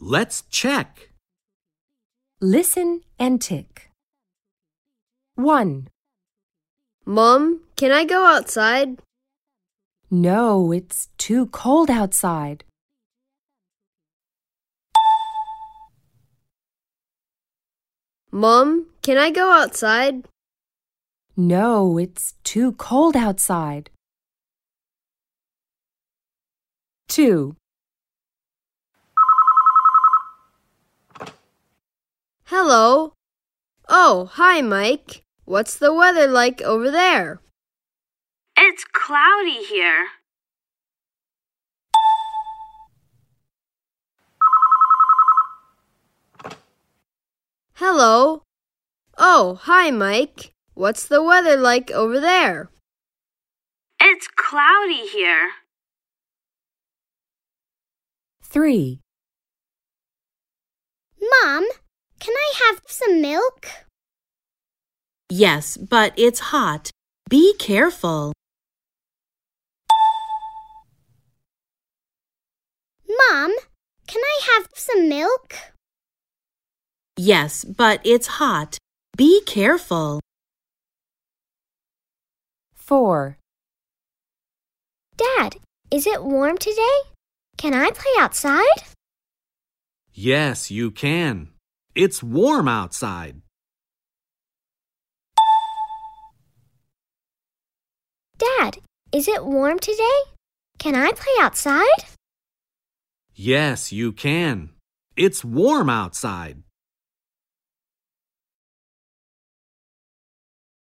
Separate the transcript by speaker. Speaker 1: Let's check.
Speaker 2: Listen and tick. 1.
Speaker 3: Mom, can I go outside?
Speaker 2: No, it's too cold outside.
Speaker 3: Mom, can I go outside?
Speaker 2: No, it's too cold outside. 2.
Speaker 3: Hello. Oh, hi, Mike. What's the weather like over there?
Speaker 4: It's cloudy here.
Speaker 3: Hello. Oh, hi, Mike. What's the weather like over there?
Speaker 4: It's cloudy here.
Speaker 2: 3.
Speaker 5: Mom, can I have some milk?
Speaker 6: Yes, but it's hot. Be careful.
Speaker 5: Mom, can I have some milk?
Speaker 6: Yes, but it's hot. Be careful.
Speaker 2: 4.
Speaker 5: Dad, is it warm today? Can I play outside?
Speaker 1: Yes, you can. It's warm outside.
Speaker 5: Dad, is it warm today? Can I play outside?
Speaker 1: Yes, you can. It's warm outside.